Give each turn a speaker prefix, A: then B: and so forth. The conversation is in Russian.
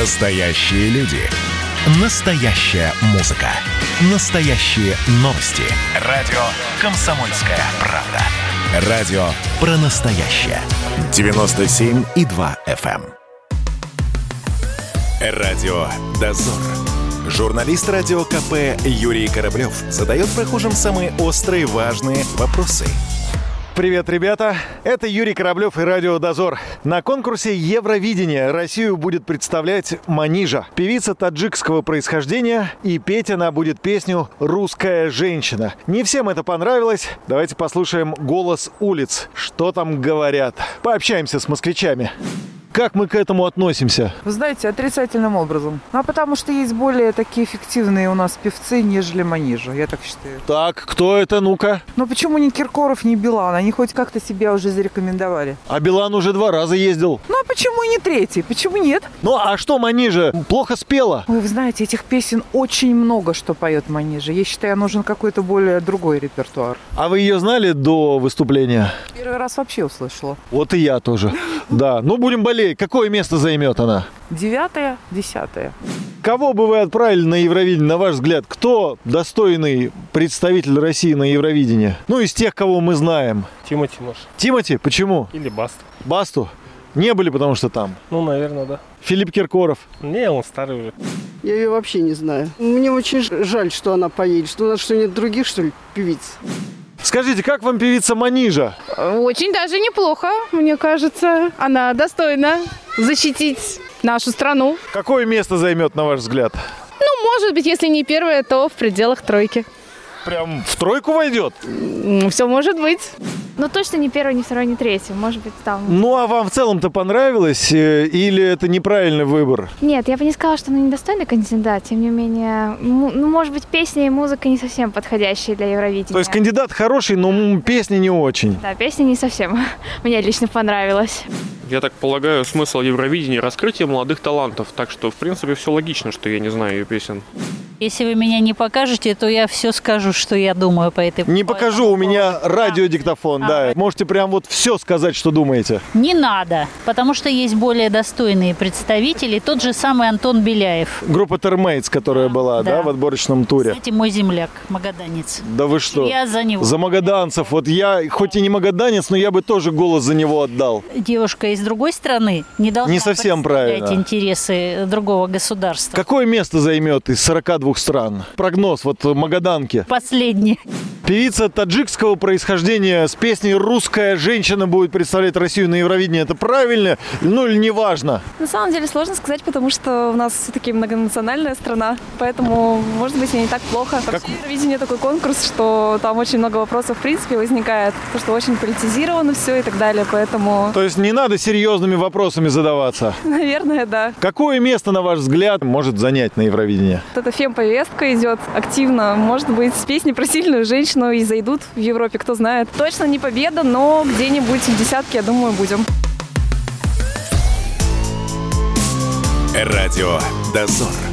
A: Настоящие люди. Настоящая музыка. Настоящие новости. Радио Комсомольская правда. Радио про настоящее. 97,2 FM. эм. Радио «Дозор». Журналист радио КП Юрий Кораблев задает прохожим самые острые важные вопросы.
B: Привет, ребята! Это Юрий Кораблев и Радио Дозор. На конкурсе Евровидения Россию будет представлять Манижа, певица таджикского происхождения, и петь она будет песню «Русская женщина». Не всем это понравилось. Давайте послушаем голос улиц. Что там говорят? Пообщаемся с москвичами. Как мы к этому относимся?
C: Вы знаете, отрицательным образом. Ну, а потому что есть более такие эффективные у нас певцы, нежели манижа, я так считаю.
B: Так, кто это? Ну-ка.
C: Но почему ни Киркоров, ни Билан? Они хоть как-то себя уже зарекомендовали.
B: А Билан уже два раза ездил.
C: Ну, а почему и не третий? Почему нет?
B: Ну, а что Манижа? Плохо спела.
C: Ой, вы знаете, этих песен очень много, что поет манижа. Я считаю, нужен какой-то более другой репертуар.
B: А вы ее знали до выступления?
C: Первый раз вообще услышала.
B: Вот и я тоже. Да, ну будем болеть. Какое место займет она?
C: Девятое, десятое.
B: Кого бы вы отправили на Евровидение, на ваш взгляд? Кто достойный представитель России на Евровидении? Ну, из тех, кого мы знаем.
D: Тимати, может.
B: Тимати? Почему?
D: Или Баст.
B: Басту? Не были, потому что там.
D: Ну, наверное, да.
B: Филипп Киркоров.
D: Не, он старый уже.
E: Я ее вообще не знаю. Мне очень ж- жаль, что она поедет. Что у нас что нет других, что ли, певиц?
B: Скажите, как вам певица Манижа?
F: Очень даже неплохо, мне кажется. Она достойна защитить нашу страну.
B: Какое место займет, на ваш взгляд?
F: Ну, может быть, если не первая, то в пределах тройки.
B: Прям в тройку войдет?
F: Все может быть.
G: Ну, точно не первый, не второй, не третий. Может быть, там...
B: Ну, а вам в целом-то понравилось? э, Или это неправильный выбор?
G: Нет, я бы не сказала, что она недостойный кандидат. Тем не менее, му- ну, может быть, песня и музыка не совсем подходящие для Евровидения.
B: То есть кандидат хороший, но м, песни не очень.
G: Да, песня не совсем. Мне лично понравилась.
H: Я так полагаю, смысл Евровидения – раскрытие молодых талантов. Так что, в принципе, все логично, что я не знаю ее песен.
I: Если вы меня не покажете, то я все скажу, что я думаю по этой
B: Не
I: по
B: покажу,
I: этому
B: у меня
I: поводу. А,
B: радиодиктофон, да. Можете прям вот все сказать, что думаете.
I: Не надо, потому что есть более достойные представители. Тот же самый Антон Беляев.
B: Группа Термейтс, которая была, да,
I: да.
B: в отборочном туре.
I: Кстати, мой земляк, магаданец.
B: Да вы что?
I: Я за него.
B: За магаданцев. Вот я, хоть и не магаданец, но я бы тоже голос за него отдал.
I: Девушка из другой страны не должна
B: Не совсем
I: представлять
B: правильно.
I: интересы другого государства.
B: Какое место займет из 42 стран? Прогноз вот э, магаданки.
I: Последний.
B: Певица таджикского происхождения с песней «Русская женщина» будет представлять Россию на Евровидении. Это правильно? Ну или неважно?
J: На самом деле сложно сказать, потому что у нас все-таки многонациональная страна, поэтому, может быть, и не так плохо. Вообще, Евровидение такой конкурс, что там очень много вопросов, в принципе, возникает, потому что очень политизировано все и так далее, поэтому,
B: То есть не надо серьезными вопросами задаваться.
J: наверное, да.
B: Какое место, на ваш взгляд, может занять на Евровидении?
J: Вот эта фем-повестка идет активно, может быть, песни про сильную женщину и зайдут в Европе, кто знает. Точно не победа, но где-нибудь в десятке, я думаю, будем.
A: Радио «Дозор».